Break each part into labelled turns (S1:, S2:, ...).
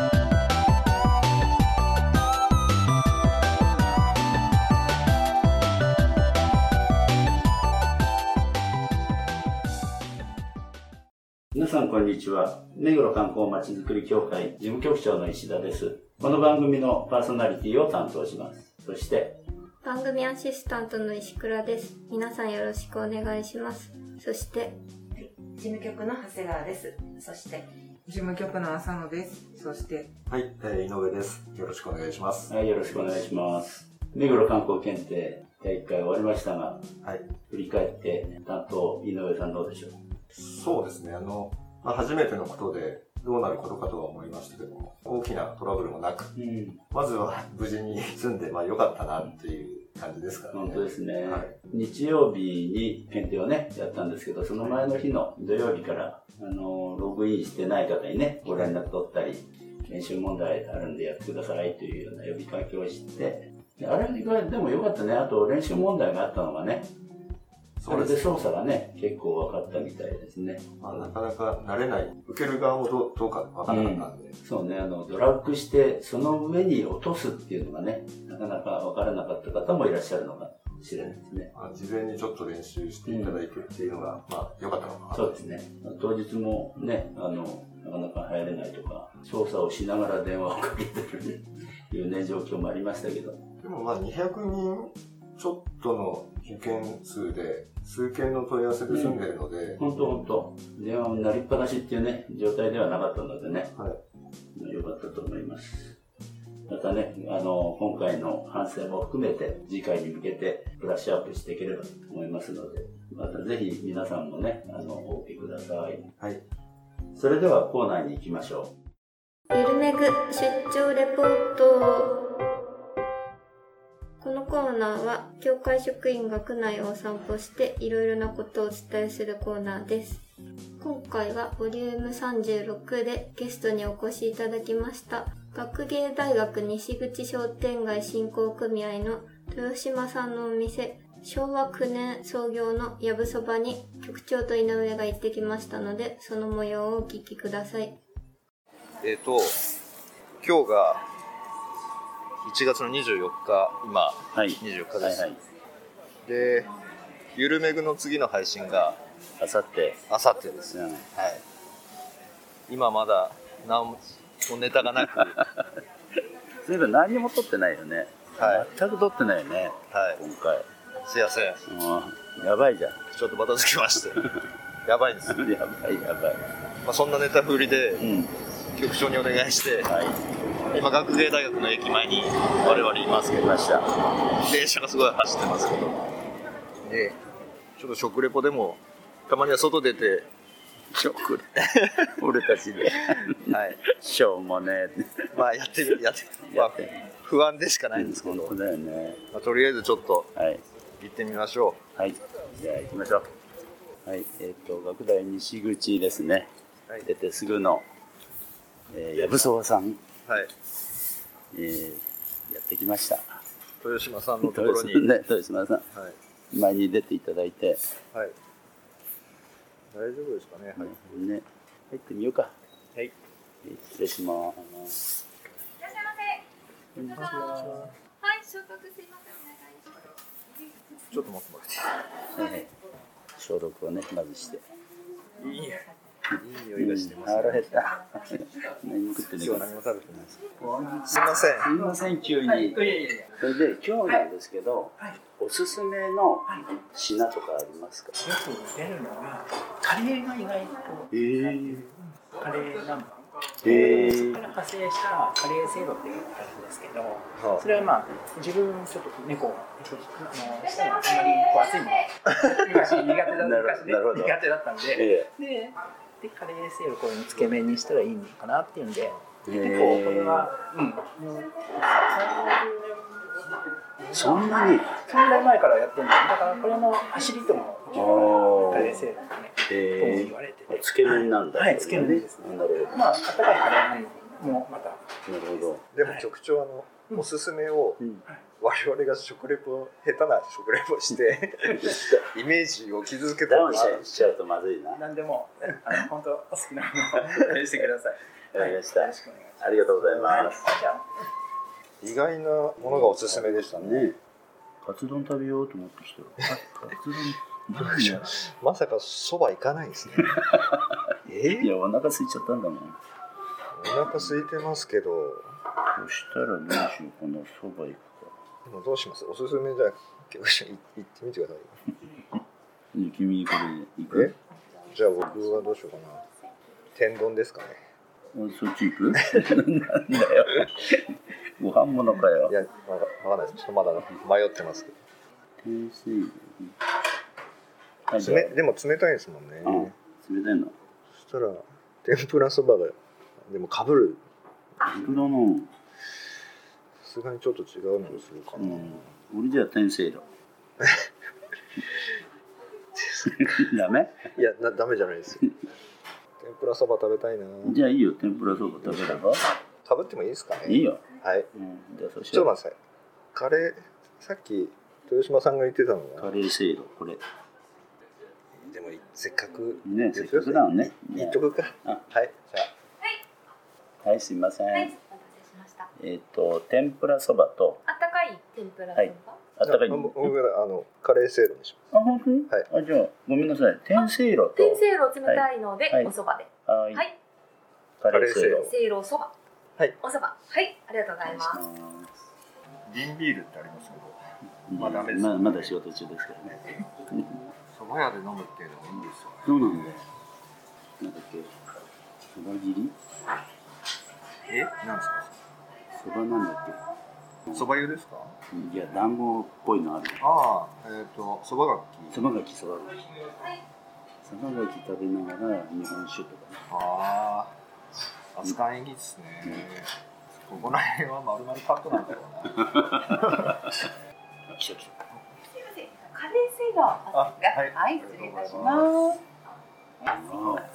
S1: ィです
S2: 皆さんこんにちは。目黒観光まちづくり協会事務局長の石田です。この番組のパーソナリティを担当します。そして、
S1: 番組アシスタントの石倉です皆さんよろしくお願いしますそして
S3: 事務局の長谷川です。そして、
S4: 事務局の浅野です。そして、
S5: はい、えー井上です。よろしくお願いします。
S2: はい、よろしくお願いします。目黒観光検定第1回終わりましたが、
S5: はい、
S2: 振り返って担当井上さんどうでしょう
S5: そうですね、あの、まあ、初めてのことで、どうなることかとは思いましたけども、大きなトラブルもなく、
S2: うん、
S5: まずは 無事に住んで、まあ良かったなっていう感じですからね。
S2: 本当ですね、
S5: はい
S2: 日曜日に検定をね、やったんですけど、その前の日の土曜日から、あの、ログインしてない方にね、ご連絡取ったり、練習問題あるんでやってくださいというような呼びかけをして、であれがでも良かったね。あと練習問題があったのがね、そ
S5: そう
S2: れ
S5: で。
S2: です操作がね、結構分かったみたいですね。
S5: まあなかなか慣れない、受ける側もどうどうかわからなかったんで、
S2: そうね、あの、ドラッグして、その上に落とすっていうのがね、なかなか分からなかった方もいらっしゃるのかもしれないですね。
S5: まあ、事前にちょっと練習していただくっていうのが、まあ良かったのかな。
S2: そうですね。当日もね、あの、なかなか入れないとか、操作をしながら電話をかけてるというね、状況もありましたけど。
S5: でもまあ200人ちょっとの受験数で、数件の問い合わせで済んでるので、
S2: 本当本当電話になりっぱなしっていうね、状態ではなかったのでね、
S5: はい
S2: 良よかったと思います。またね、あの、今回の反省も含めて、次回に向けてブラッシュアップしていければと思いますので、またぜひ皆さんもね、あの、お受けください。
S5: はい。
S2: それではコーナーに行きましょう。
S1: ゆるめぐ出張レポートこのコーナーは教会職員が区内をお散歩していろいろなことをお伝えするコーナーです今回はボリューム36でゲストにお越しいただきました学芸大学西口商店街振興組合の豊島さんのお店昭和9年創業のやぶそばに局長と井上が行ってきましたのでその模様をお聞きください
S6: えっ、と、今日が1月の24日、今、
S2: はい。
S6: 24日
S2: は
S6: で
S2: い
S6: す。
S2: はい。
S6: で、ゆるめぐの次の配信が
S2: あさって。
S6: あさってですね。
S2: うん
S6: はい。今まだ何もネタがなく、は
S2: そういえば何にも撮ってないよね、
S6: はい
S2: 全く撮ってないよね
S6: い。
S2: 今回
S6: すいませ
S2: う
S6: ん。
S2: んやばいじゃん
S6: ちょっとバタつきまして。やばいです。ま
S2: やばいやばい
S6: あ、そんなネタ振りで
S2: うん
S6: 局長にお願いして、
S2: はい
S6: 今学芸大学の駅前に我々いますけど
S2: 出、ました
S6: 電車がすごい走ってますけど、でちょっと食レポでもたまには外出て、
S2: 食 レ俺たちで
S6: はい、
S2: しょうもねえ
S6: まあやってるやってる、まあ、不安でしかないんですけど、
S2: 本当だよね
S6: まあ、とりあえずちょっと
S2: はい
S6: 行ってみましょ
S2: はいじゃあ行きましょうはいえっ、と学大西口ですね、
S6: はい
S2: 出てすぐの、えー、やぶそばさん、
S6: うはい
S2: えーやってきました
S6: 豊島さんのところに
S2: ね豊島さん
S6: はい、
S2: 前に出ていただいて
S6: はい、大丈夫ですかね、はい
S2: ね、入ってみようか。
S6: はい。
S2: 失礼します。
S7: いらっしゃいませ。はい、消毒すいません。お願いします。
S6: ちょっと待ってもら
S2: はい消毒をね、まずして。
S6: っていい匂いいい匂いがしてま
S2: う
S6: す、
S2: ん
S6: ね
S2: 腹減 った。何も食ってないから。
S6: 今日何も食べてないですすいません
S2: すいません、急に。それで、今日なんですけど、おすすめの品とかありますか
S8: よく出るのはカレーが意外と
S2: えー、
S8: カレーナンバ
S2: え
S8: ー
S2: ー
S8: から派生したカレー制度っていうのがあるんですけど
S6: はあ
S8: それはまあ自分ちょっと猫が猫あの舌があんまりこう熱いのが昔苦手だ
S2: なる
S8: 昔ね
S2: なるほど
S8: 苦手だったんで
S2: え
S8: ででカレー制度こういうのつけ麺にしたらいいのかなっていうんで
S2: ー
S8: 結構これは、うん
S2: そんなに
S8: 3年前からやってるんですだからこれの走りとも
S2: あ
S8: カレー
S2: ー
S8: 成分ね当時
S2: え
S8: 言われて
S2: ー
S8: て
S2: つけ麺なんだ
S8: はいつけ麺です
S2: なるほど
S8: まあ温かいカレーもまた
S2: なるほど
S6: でも局長あの、おすすめを
S2: うん
S6: 我々が食レポ下手な食レポして イメージを傷つけた
S2: ダウ
S6: の
S2: ン
S6: が
S2: し
S6: あるんです
S2: ちゃうとまずいなわか
S8: 何でもあの本当お好きなものをしてください
S2: りました
S8: よろしくお願いします
S2: ありがとうございます
S8: じゃあ
S6: 意外なものがおすすめでしたね
S2: カツ丼食べようと思ってき たらカツ丼マジや
S6: まさかそば行かな いですねえ
S2: いやお腹空いちゃったんだもんそ
S6: お腹空いてますけど
S2: したらどうしようこのそば行くか
S6: でもどうしますおすすめじゃあ局長い行ってみてくださ い
S2: ね君これ行く
S6: じゃあ僕はどうしようかな天丼ですかね
S2: あそっち行く なんだよご飯物かよ
S6: いやわかわかんないですちょっとまだ迷ってますけど
S2: 天水牛はい
S6: つめでも冷たいですもんね、
S2: うん冷たいの
S6: そしたら天ぷらそばがでもかぶる
S2: 本当だな
S6: さすがにちょっと違うのにするかな、
S2: うん俺じゃ天性 だダメ
S6: いやなダメじゃない ですよ天ぷらそば食べたいな
S2: じゃあいいよ天ぷらそば食べれば
S6: かぶってもいいですかね
S2: いいよ、
S6: はい
S2: うん、じゃあそし
S6: ちょ
S2: た
S6: っと
S2: ら
S6: 待ってくださいカレーさっき豊島さんが言ってたの
S2: カ
S6: が
S2: レーせいろこれ
S6: でもせっかく
S2: ねせっかくだもんね
S6: 言っとくか、
S2: あ
S6: はいじゃあ
S2: はいすいません、
S7: はい、お待たせしました。
S2: えっ、と天ぷらそばと
S7: あったかい天ぷらそば。
S2: はいあったかい
S6: あ
S2: あ
S6: 僕僕らあのカレーせいろにしま
S2: 本当に、、
S6: はい
S2: あじゃあごめんなさい天せいろと
S7: 天せいろ冷たいので、
S2: はい
S7: お蕎麦で。
S2: はい、
S7: はい
S2: カレーせいろ
S6: カレー
S7: せいろそば。
S6: はい。
S7: お蕎麦。はい、ありがとうございます。
S5: 瓶ビールってありますけど
S2: まだ
S5: まだ
S2: ま
S5: です
S2: だまだ仕事中ですからね
S5: 蕎麦屋で飲むっていうのもいいんですよね
S2: そうなんだよなんだっけそば切り
S5: えなんですか
S2: そばなんだっ
S5: 蕎麦湯ですか
S2: けいや団子っぽいのある
S5: ああえっ、と蕎麦楽器
S2: そばがきそばがきそばがき食べながら日本酒とかね
S5: ああ、アスカン演技ですね。ここら辺はまるまるカットなんだろうな。
S2: あ来た来た
S9: すいませんカレーセイロ
S5: あはい
S9: はい、失礼いたします。
S2: あ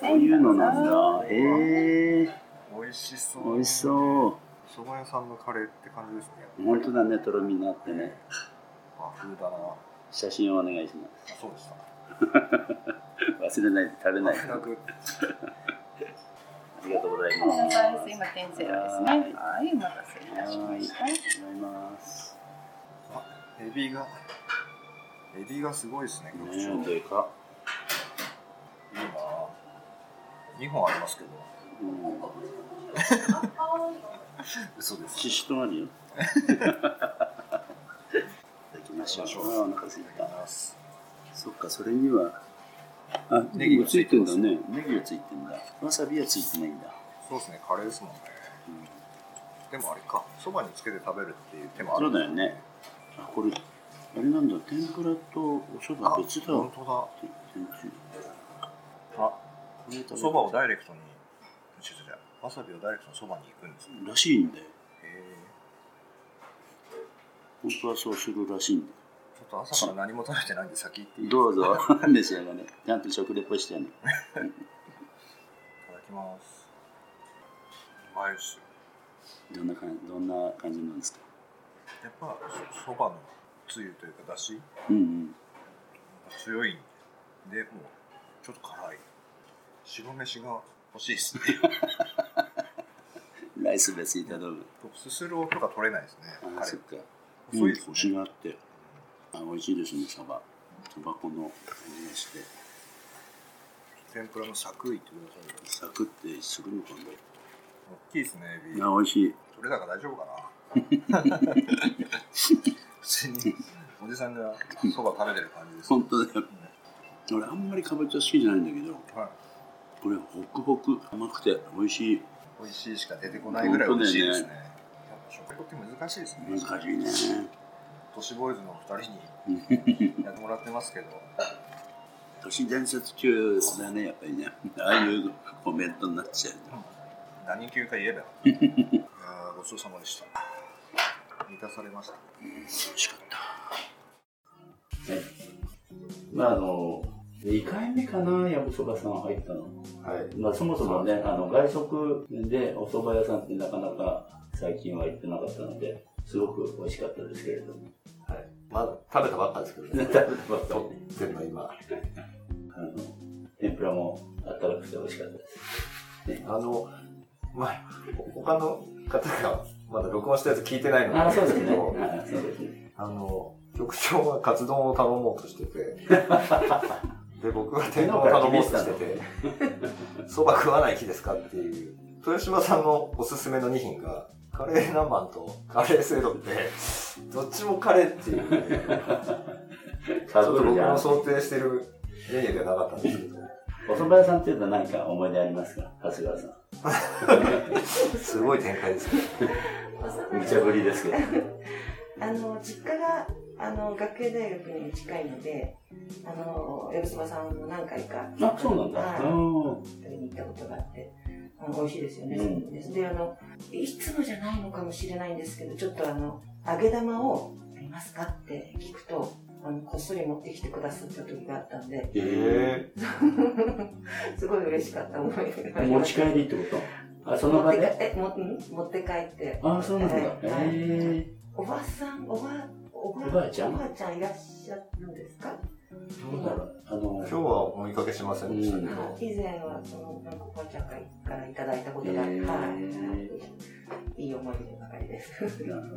S2: こういうのなんだへえ
S5: 美味しそう。
S2: 美味しそう
S5: 蕎麦屋さんのカレーって感じですね。
S2: 本当だねとろみがあってね
S5: 和風だな。
S2: 写真をお願いしま
S5: そうでした。
S2: す忘れないで食べないで
S5: なく
S2: ありがとうござい
S9: ごめん
S2: ま
S9: な
S2: す
S9: さい、すいません、セイロですね。はい、お待たせいたしました。
S2: ありがとうございます
S5: エビがエビがすごいですね。局長。いい
S2: ね
S5: な
S2: え。でか
S5: 二本ありますけど。
S2: うん
S5: 嘘です。
S2: シシトあるよいただきましょうあお腹すい
S5: いただ
S2: た
S5: きます。
S2: そっか、それには。あ、ネ
S5: ネ
S2: ギ
S5: ギ
S2: が
S5: が
S2: つ
S5: つ
S2: い
S5: い
S2: て
S5: て
S2: ん
S5: ま
S2: だ
S5: す
S2: ね。ネギがついてんだ。わさびはついてないんだ。
S5: そうですね。カレーですもんね。
S2: うん
S5: でもあれか。蕎麦につけて食べるっていう手もあ
S2: そ
S5: る。
S2: うだよね。あ、これ。あれなんだ。天ぷらとお蕎
S5: あ、
S2: 麦別だ。
S5: 本当
S2: 天
S5: だ。あ、
S2: 天天
S5: そばをダイレクトに、ちょっとじゃあわさびをダイレクトにそばに行くんですね。
S2: らしいんだよ。
S5: へ
S2: 本当はそうするらしいんだよ。
S5: ーちょっと朝から何も食べてないんで先行っていい
S2: どうぞ。召し上がれ。ちゃんと食レポしてね。
S5: いただきます。うまいっすよ。
S2: どんな感じ、どんな感じなんですか。
S5: やっぱそそばのつゆというかだし
S2: うんうん。
S5: が強いんで、でもうちょっと辛い。白飯が欲しいですね。
S2: ライス別に頼む。
S5: すすろうとか取れないですね。
S2: あ、
S5: カレ
S2: そっ
S5: ー
S2: か。
S5: 細い
S2: うん
S5: です
S2: コ
S5: ね。
S2: シがあって。あ、美味しいですね。蕎麦。蕎麦粉の味がして。
S5: 天ぷらのサクいってくださいよ。
S2: サクってするのか
S5: 大きいですね、エビ。
S2: なあ美味しい
S5: 取れ高大丈夫かな 普通におじさんがそば食べてる感じです、
S2: 本当だよ俺あんまりかぼちゃ好きじゃないんだけど
S5: はい、
S2: これホクホク甘くて美味しい
S5: 美味しいしか出てこないぐらい美味しいですねやっぱ食レポって難しいですね
S2: 難しいね
S5: 都市ボーイズのお二人にやってもらってますけど
S2: 都市伝説中だねやっぱりねああいうコメントになっちゃう
S5: 何級か言えばよかったいやーごちそうさまでした満たされました
S2: 美味しかったまああの、2回目かな、やぶそばさん入ったの。
S5: はい。
S2: まあそもそもね、あの、外食でお蕎麦屋さんってなかなか最近は行ってなかったので、すごく美味しかったですけれども。
S5: はい。まだ食べたばっかですけど
S2: 食べ
S5: ね。
S2: てました
S5: 撮ってるの今。
S2: あの、天ぷらもあったかくて美味しかったです。
S5: あの、まあ、他の方がまだ録音したやつ聞いてないの
S2: あ、そうですね。
S5: ど
S2: はいそうです ね。
S5: あの、局長はカツ丼を頼もうとしてて、で、僕は天丼を頼もうとしてて、そば食わない気ですかっていう、豊島さんのおすすめの2品が、カレー南蛮とカレーセロって、どっちもカレーっていう、ね、ちょ
S2: か
S5: っと
S2: ぶ
S5: 僕
S2: るじゃん。
S5: の
S2: お蕎
S5: 想定してるメニューではなかったんですけど、
S2: 麦屋さんっていうと何か思い出ありますか長谷 川さん。
S5: すごい展開ですね。
S2: 無茶ぶりですけど。
S3: あの実家があの学芸大学に近いので、あの藪島さんも何回か
S2: あ、そうなんだ。
S3: は
S2: うん。
S3: い食べに行ったことがあって、あの美味しいですよね。
S2: うん
S3: ですであのいつもじゃないのかもしれないんですけど、ちょっとあの揚げ玉をありますかって聞くと。あのこっそり持ってきてくださった時があったんで
S5: え
S3: すごい嬉しかった思いがあり
S2: 持
S3: ま
S2: ち
S3: す
S2: 帰りってことあ、その場
S3: 持っ
S2: で
S3: て帰えもん持って帰って
S2: あ、そうなんだ。
S3: はい
S2: へえ。
S3: おばさんおばおば
S2: おばあちゃん
S3: おばあちゃんいらっしゃるんですか
S2: どうだろう。あの
S5: 今、日はお見かけしませんでしたけど、
S3: 以前はそのなんかおばあちゃんからいただいたことがあっ
S2: へ
S3: て、
S2: ー
S3: はい、いい思い出ばかりです。
S2: なるほど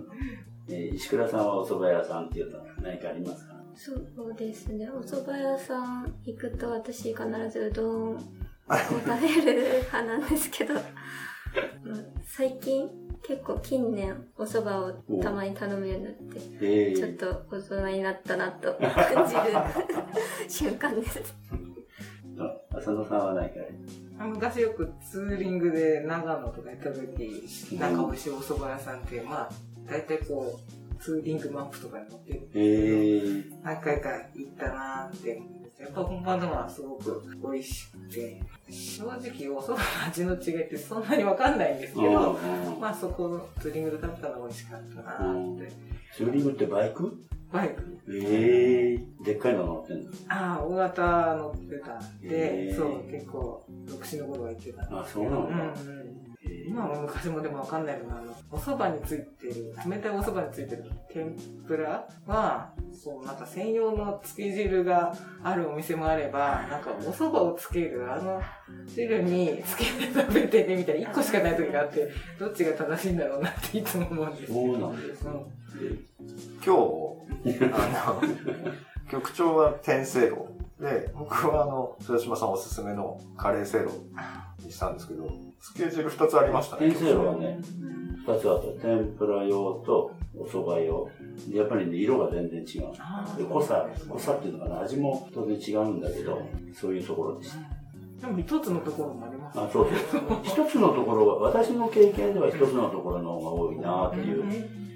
S2: えー石倉さんはお蕎麦屋さんっていうのは何かありますか
S1: そうですね。お蕎麦屋さん行くと私必ずうどんを食べる派なんですけど、 まあ最近結構近年お蕎麦をたまに頼むようになって、
S2: え
S1: ちょっと大人になったなと感じる 瞬間です。
S2: と浅野さんは何かあります
S4: 昔よくツーリングで長野とか行った時なんか美味しいお蕎麦屋さんってまあ大体こうツーリングマップとかに載ってる
S2: えー、
S4: 何回か行ったなーって思うんですやっぱ本場のはすごく美味しくて正直お蕎麦の味の違いってそんなに分かんないんですけど
S2: うん
S4: まあそこのツーリングで食べたのが美味しかったなーって
S2: ツーリングってバイク
S4: バイク
S2: えー、でっかいの乗ってんの
S4: ああ大型乗ってたん
S2: へー
S4: でそう結構独身の頃は行ってたん
S2: あ、
S4: です
S2: そう
S4: け
S2: な
S4: ど
S2: ん
S4: うん
S2: だ。
S4: うん
S2: えー
S4: 今は昔もでもわかんないけどあのお蕎麦についてる冷たいお蕎麦についてる天ぷらはそうなんか専用のつけ汁があるお店もあればなんかお蕎麦をつけるあの汁につけて食べてねみたいな1個しかない時があってどっちが正しいんだろうなっていつも思うんです
S2: そうなんですね。
S5: 今日、あの、局長は天せいろで、僕はあの、豊島さんおすすめのカレーせいろにしたんですけど、スケジュール2つありましたね。
S2: 天せいろはね、二つあと天ぷら用とお蕎麦用。でやっぱりね、色が全然違う。で濃さ、濃さっていうのかな、味も当然違うんだけど、そういうところでした。
S4: でも一つのところもあります
S2: あそうそう。一つのところは、私の経験では一つのところの方が多いなっていう。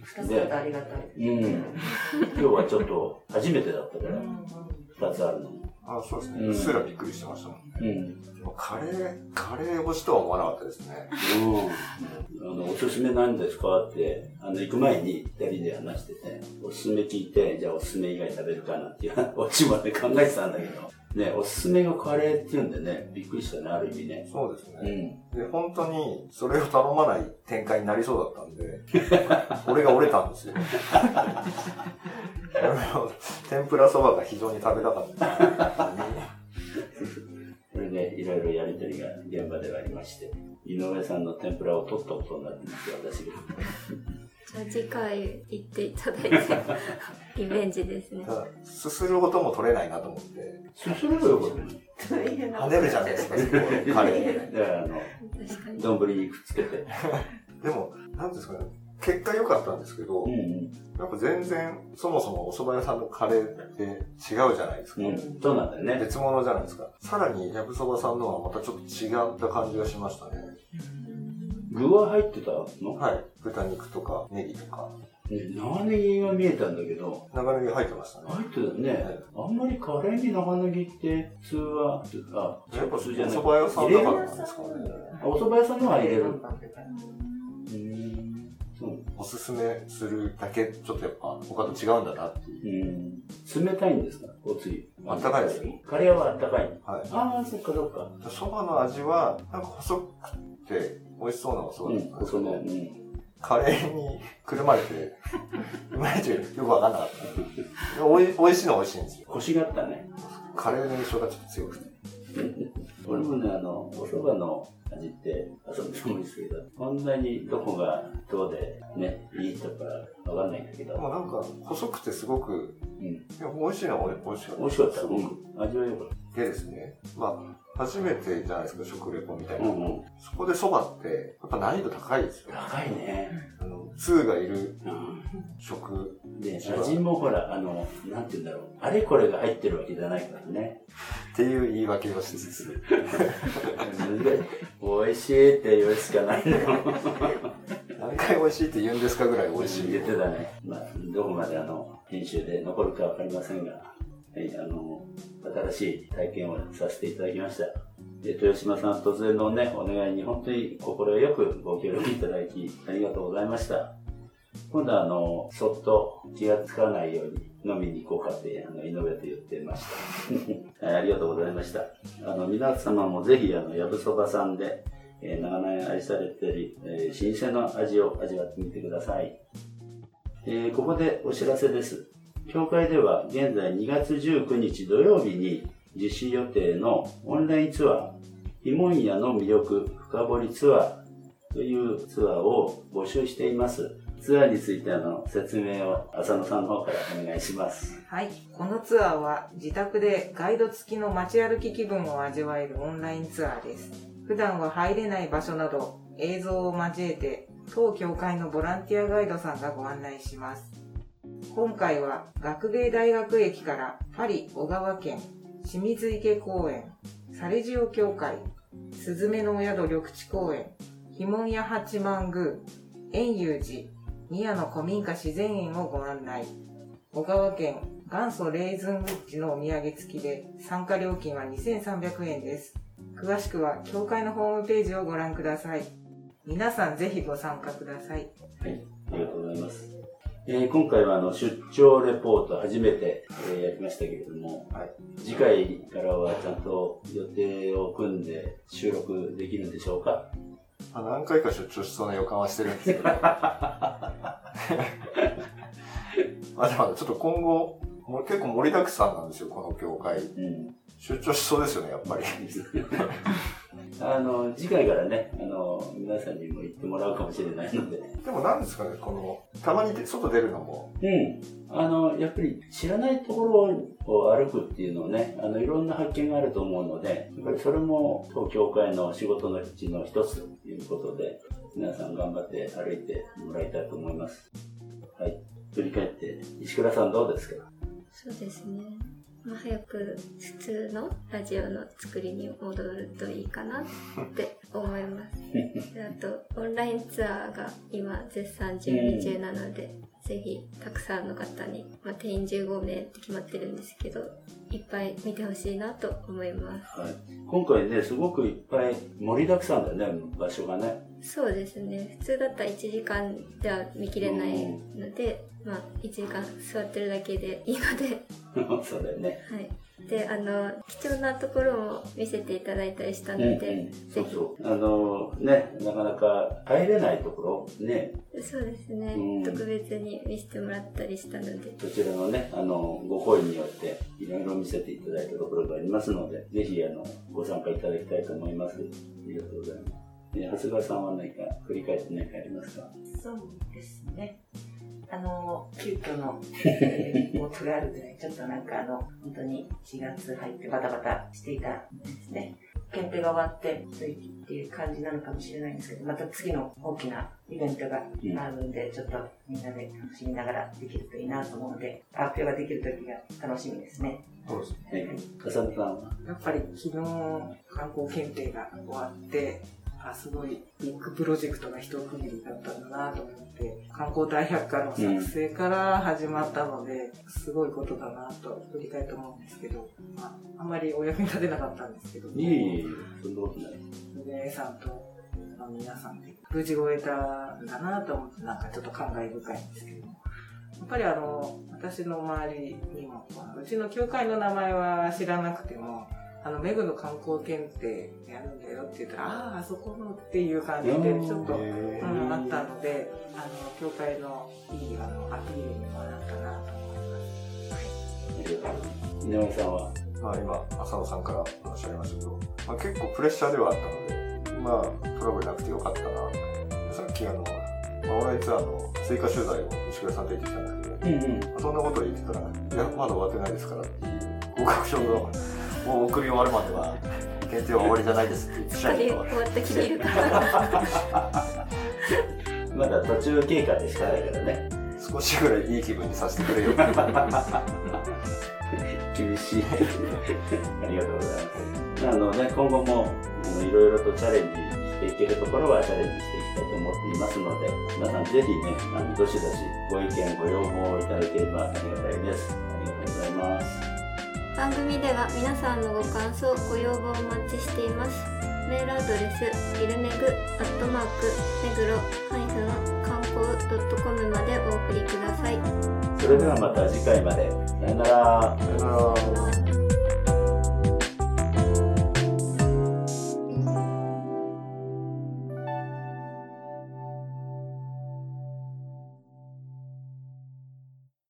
S3: 二つだとありがたい。
S2: うん。今日はちょっと初めてだったか
S3: うんう
S2: ら、
S3: ん
S2: 二つあるの。
S5: あそうですね。
S2: うん
S5: うっすらびっくりしてましたもん。
S2: うん。
S5: でもカレー、カレー推しとは思わなかったですね。
S2: うん。あの、おすすめなんですかって、あの、行く前に二人で話してて、おすすめ聞いて、じゃあおすすめ以外食べるかなっていう、 オチまで考えてたんだけど。ね、おすすめがカレーっていうんでね、びっくりしたね、ある意味ね。
S5: そうです
S2: う
S5: ね。
S2: ん。
S5: で、本当にそれを頼まない展開になりそうだったんで、俺が折れた んですよ。あの天ぷらそばが非常に食べたかったのに。
S2: これね、いろいろやりとりが現場ではありまして、井上さんの天ぷらを取ったことになってますよ、私が。
S1: じゃあ次回行っていただいて、リベンジですね
S5: た。だすする音も取れないなと思って、
S2: すすればよかったのに
S3: 大変な
S5: 跳ねるじゃないですか、そこカ レ
S2: だからあの、
S1: 確かに。
S2: 丼にくっつけて。
S5: ー。でも、なんですかね、結果良かったんですけど
S2: う、ん
S5: やっぱ全然、そもそもお蕎麦屋さんのカレーって違うじゃないですか。
S2: うん。うん。そうなんだよね。
S5: 別物じゃないですか。さらに、やぶそばさんのはまたちょっと違った感じがしましたね。
S2: 具は入ってたの、
S5: はい。豚肉とか、ネギとか、
S2: ね長ネギが見えたんだけど、
S5: 長ネギ入ってましたね。
S2: 入ってたよね。あんまりカレーに長ネギって普通は、あ、
S5: やっぱお
S2: 普通じゃない
S5: 蕎。麦屋さんだからなんですかね。
S2: あお�蕎麦屋さんのは入れる。
S3: うん
S2: うん。そう。
S5: おすすめするだけ、ちょっとやっぱ他と違うんだなっていう。
S2: うん。冷たいんですかおつゆ。
S5: あったかいですよ。
S2: カレーはあったかい。
S5: はい。
S2: ああ、そっかそっか。
S5: 蕎麦の味は、なんか細くて美味しそうなお蕎
S2: う
S5: 麦だ
S2: ん、
S5: ったんですけ
S2: 細
S5: ど、
S2: め。うん。
S5: カレーにくるまれて、いまいちよくわかんなかった。おい美味しいのは美味しいんですよ。
S2: コシがあったね。
S5: カレーの印象がちょっと強くて。
S2: 俺もね、あの、お蕎麦の味って、あ、そうでもいいですけど、こんなにどこがどうで、ね、いいとかわかんないんだけ
S5: でも
S2: ど、
S5: なんか、細くてすごく、
S2: うん。
S5: でも美味しいのは美味しかった。
S2: 美味しかった。
S5: す
S2: う
S5: ご
S2: ん
S5: く。
S2: 味は良かっ
S5: でですね、まあ、初めてじゃないですか、食レポみたい
S2: た。
S5: な。
S2: うんうん。
S5: そこで蕎麦って、やっぱ難易度高いですよね。
S2: 高いね。
S5: あの、通がいる
S2: うん。
S5: 食。
S2: で、味もほら、あの、なんて言うんだろう。あれこれが入ってるわけじゃないから ね。
S5: っていう言い訳をしつつ、
S2: 美味しいって言うしかないの。
S5: 何回美味しいって言うんですかぐらい美味しい。
S2: 言ってたね。まあ、どこまであの、編集で残るかわかりませんが、はい、あの、新しい体験をさせていただきました。で、豊島さん突然のね、お願いに本当に心よくご協力いただき、ありがとうございました。今度はあの、そっと気がつかないように飲みに行こうかって、あの、井上と言ってました。 はい、ありがとうございました。あの、皆様もぜひ、あの、やぶそばさんで、えー長年愛されている、えー老舗の味を味わってみてください。えーここでお知らせです。協会では現在2月19日土曜日に実施予定のオンラインツアー、慰問屋の魅力深掘りツアーというツアーを募集しています。ツアーについてあの説明を浅野さんの方からお願いします。
S4: はい。このツアーは自宅でガイド付きの街歩き気分を味わえるオンラインツアーです。普段は入れない場所など映像を交えて当協会のボランティアガイドさんがご案内します。今回は学芸大学駅からパリ小川県清水池公園、サレジオ協会、スズメのお宿緑地公園、碑文屋八幡宮、円遊寺、宮の古民家自然園をご案内。小川県元祖レーズンウッジのお土産付きで参加料金は2300円です詳しくは協会のホームページをご覧ください皆さんぜひご参加ください
S2: ありがとうございます。えー今回はあの出張レポート初めて、えーやりましたけれども、次回からはちゃんと予定を組んで収録できるんでしょうか
S5: あ何回か出張しそうな予感はしてるんですけど。まだまだちょっと今後、もう結構盛りだくさんなんですよ、この業界。
S2: うん。
S5: 出張しそうですよね、やっぱり。
S2: あの次回からねあの皆さんにも行ってもらうかもしれないので
S5: でもなんですかね、この、たまにで外出るのも、
S2: うんあのやっぱり知らないところを歩くっていうのをねあのいろんな発見があると思うのでやっぱりそれも当協会の仕事のうちの一つということで皆さん頑張って歩いてもらいたいと思いますはい振り返って石倉さんどうですか
S1: そうですね。まあ、早く普通のラジオの作りに戻るといいかなって思います。であと、オンラインツアーが今絶賛準備中なので、ぜひたくさんの方に、まあ、定員15名って決まってるんですけど、いっぱい見てほしいなと思いま
S2: 今回ねすごくいっぱい盛りだくさんだよね場所がね
S1: す。そうですね。普通だったら1時間では見切れないので、まあ、1時間座ってるだけでいいので、
S2: そうだよね
S1: はい、であの貴重なところも見せていただいたりしたので、
S2: うんうんそうそうあのねなかなか入れないところね
S1: そうですね、
S2: うん
S1: 特別に見せてもらったりしたので
S2: こちらのねあのご好意によっていろいろ見せていただいたところがありますのでぜひあのご参加いただきたいと思いますありがとうございますね長谷川さんは何か振り返って何かありますか
S3: そうですね。あの、急遽の、えー、ことがあるぐらい、ちょ っとなんかあの、本当に4月入ってバタバタしていたんですね。検定が終わって、一息っていう感じなのかもしれないんですけど、また次の大きなイベントが
S2: うん
S3: あるんで、ちょっとみんなで楽しみながらできるといいなと思うので、発表ができる時が楽しみですね。
S5: そうですね。
S2: ね笠野さんは
S4: やっぱり昨日観光検定が終わってあすごいビッグプロジェクトが一区切りだったんだなと思って観光大百科の作成から始まったので、すごいことだなと振り返って思うんですけど、まあ、あんまりお役に立てなかったんですけど
S2: いえいえそんなことない
S4: お姉さんと
S3: の皆さんで無事終えたんだなと思ってなんかちょっと感慨深いんですけどやっぱりあの私の周りにもうちの教会の名前は知らなくてもあの、メグの観光検定やるんだよって言ったら、ああ、あそこのっていう感じで、ちょっと、うん、あったので、あの、教会のいい、あの、アピールにもなったなと思い
S2: 稲森さんは
S5: まあ今、浅野さんから話ありましたけど、まあ、結構プレッシャーではあったので、まあトラブルなくてよかったなと。さっきあの、まあ、オンラインツアーの追加取材を石倉さんと言ってきたんだけど、
S2: うんうん
S5: まあそんなこと言ってたら、いや、まだ終わってないですからっていう、合格証の、もう送り終わるまでは、検定は終わりじゃないですって言って、社
S1: ぱり
S5: 員
S1: 終
S5: と
S1: わった気にいる から。
S2: まだ途中経過でしかないからね
S5: 少しぐらいいい気分にさせてくれよって。
S2: 厳しい ありがとうございますなので今後もあのいろいろとチャレンジしていけるところはチャレンジしていきたいと思っていますので皆さんぜひねあのどしどしご意見ご要望をいただければありがたいですありがとうございます
S1: 番組では皆さんのご感想ご要望をお待ちしていますメールアドレスイルメグアットマーク目黒ハイフン観光 .com までお送りください
S2: それではまた次回までさよなら
S5: あの
S1: さよなら